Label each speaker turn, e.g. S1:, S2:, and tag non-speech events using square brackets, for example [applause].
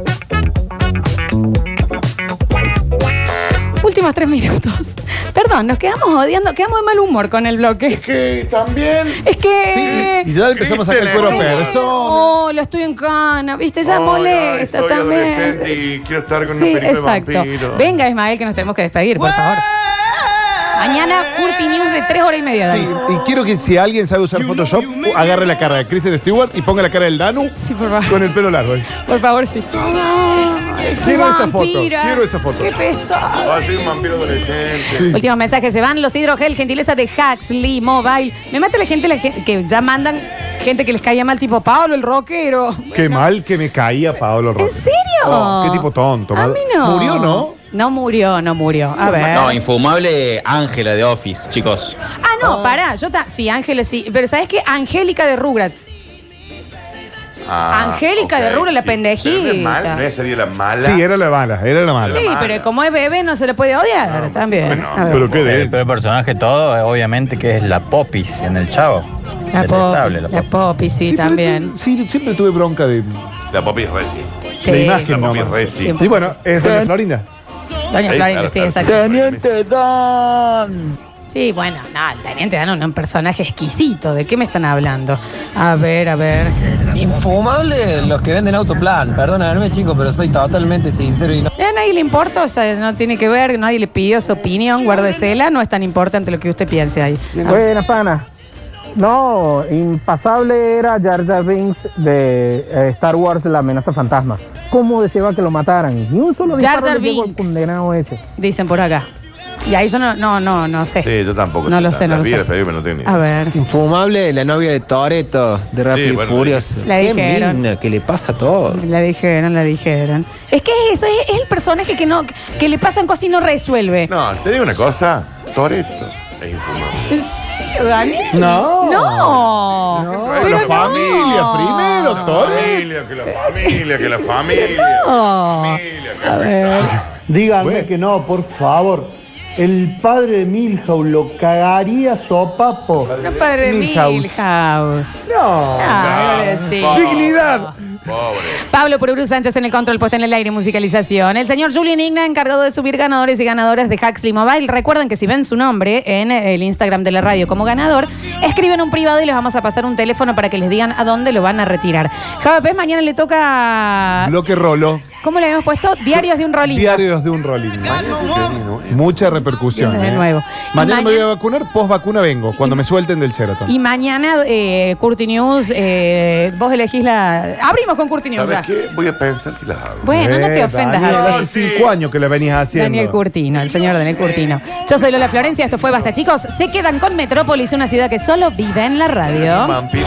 S1: [laughs] No, nos quedamos odiando, quedamos de mal humor con el bloque.
S2: Que también.
S1: Es que.
S3: Y ya empezamos a sacar el cuero a
S2: Cristian,
S3: persona.
S1: Oh, lo estoy en cana, viste, ya
S2: Ay, ay,
S1: molesta
S2: soy
S1: también.
S2: adolescente y quiero estar con
S1: Sí,
S2: una película de
S1: exacto.
S2: vampiros.
S1: Venga, Ismael, que nos tenemos que despedir, por favor. Mañana, Curti News de 3 horas y media.
S3: Sí,
S1: Dani.
S3: y quiero que si alguien sabe usar Photoshop, agarre la cara de Kristen Stewart y ponga la cara del Danu
S1: Sí, por favor.
S3: con el pelo largo. ahí.
S1: Por favor, sí. Ay, soy
S3: Quiero esa foto,
S1: vampira.
S3: quiero esa foto.
S1: Qué pesado.
S2: Va a ser Ah, un vampiro adolescente.
S3: Sí.
S1: Últimos mensajes se van. Los hidrogel, gentileza de Huxley, Mobile. Me mata la gente, la gente que ya mandan gente que les caía mal, tipo Pablo, el rockero.
S3: Qué mal que me caía Paolo
S1: ¿En
S3: Roque.
S1: serio?
S3: Oh, qué tipo tonto.
S1: A
S3: madre.
S1: mí no.
S3: Murió, ¿no?
S1: No murió, no murió. A ver.
S4: No, infumable Ángela de Office, chicos.
S1: Ah, no, pará. Yo ta- sí, Ángeles sí. Pero ¿sabes qué? Angélica de Rugrats.
S2: Ah,
S1: Angélica de
S2: ok,
S1: Rubro, la
S2: sí. Pero no es mal,
S1: pendejita.
S2: no es- sería la mala.
S3: Sí, era la mala, era la mala.
S1: Sí,
S2: mala.
S1: pero como es bebé no se le puede odiar
S2: No,
S1: también.
S2: bueno,
S1: A ver.
S3: Pero qué de
S5: Eh, pero el personaje todo, eh, obviamente, que es la Popis en el Chavo.
S1: la,
S5: Detestable,
S1: pop, la
S5: Popis.
S1: Poppy, sí,
S3: pero
S1: también.
S3: tu- Sí, siempre tuve bronca de,
S2: La Poppy Resi.
S1: Sí.
S3: de imagen
S2: La Poppy
S3: nomás.
S2: Resi.
S1: Siempre.
S3: Y bueno, es doña Florinda.
S1: Doña
S2: Ahí,
S1: Florinda,
S2: claro,
S1: sí,
S2: claro.
S1: exacto.
S2: Teniente
S5: Dan.
S1: Sí, bueno, no, el teniente Dan era un personaje exquisito. ¿De qué me están hablando? A ver, a ver.
S6: Infumable los que venden autoplan. Perdóname, chicos, pero soy totalmente sincero y no.
S1: A nadie le importa, o sea, no tiene que ver, nadie le pidió su opinión, guárdesela, no es tan importante lo que usted piense ahí. Ah. A ver.
S7: Buena pana. No, impasable era Jar Jar Binks de eh, Star Wars La amenaza fantasma. ¿Cómo deseaba que lo mataran? Ni un solo
S1: Jar
S7: disparo
S1: Jar
S7: le llegó al
S1: Binks.
S7: condenado ese.
S1: Dicen por acá. Y ahí yo no, no, no, no sé.
S2: Sí, yo tampoco.
S1: No
S2: sé,
S1: lo
S2: la-
S1: sé, no
S2: la
S1: lo
S2: vi,
S1: sé.
S2: la pedí, pero no tengo ni idea.
S1: A ver.
S6: Infumable, la novia de Toreto, de Rápido
S2: bueno,
S6: y Furioso.
S1: la
S6: Qué
S1: dijeron.
S6: mina, que le pasa todo.
S1: La dijeron, la dijeron. Es que es eso, es, es el personaje que no, que le pasan cosas y no resuelve.
S2: No, te digo una cosa. Toreto es infumable.
S1: ¿En serio, Daniel?
S3: No.
S1: No.
S2: No,
S1: Pero
S3: la familia primero, Tore.
S2: Familia, que la familia, que la familia.
S1: No.
S2: Familia, que-
S1: A ver.
S8: Díganme
S3: Bueno.
S8: que no, por favor. El padre de Milhouse lo cagaría sopapo.
S1: No, padre de Milhouse.
S3: No.
S1: Ay, sí.
S2: Pobre.
S3: Dignidad.
S2: Pobre.
S1: Pablo Pururu Sánchez en el control, puesta en el aire y musicalización. El señor Julian Igna, encargado de subir ganadores y ganadoras de Huxley Mobile. Recuerden que si ven su nombre en el Instagram de la radio como ganador, escriben un privado y les vamos a pasar un teléfono para que les digan a dónde lo van a retirar. Javi Pérez, mañana le toca.
S3: Bloque rolo.
S1: ¿Cómo le habíamos puesto? Diarios de un rolling.
S3: Diarios de un rolling. eh. Mucha repercusión.
S1: De
S3: ¿eh?
S1: nuevo.
S3: Mañana
S1: Y
S3: me voy a vacunar, post vacuna vengo, cuando me suelten del Sheraton.
S1: Y mañana, eh, Curti News, eh, vos elegís la. Abrimos con Curti News ya.
S2: ¿Sabes qué? Voy a pensar si las hablo.
S1: Bueno, no te
S3: Eh,
S1: ofendas,
S3: Daniel,
S1: Javi.
S3: Hace cinco años que la venís haciendo.
S1: Daniel Curtino, el señor Daniel Curtino. Yo soy Lola Florencia, esto fue Basta Chicos. Se quedan con Metrópolis, una ciudad que solo vive en la radio.
S2: Vampiro.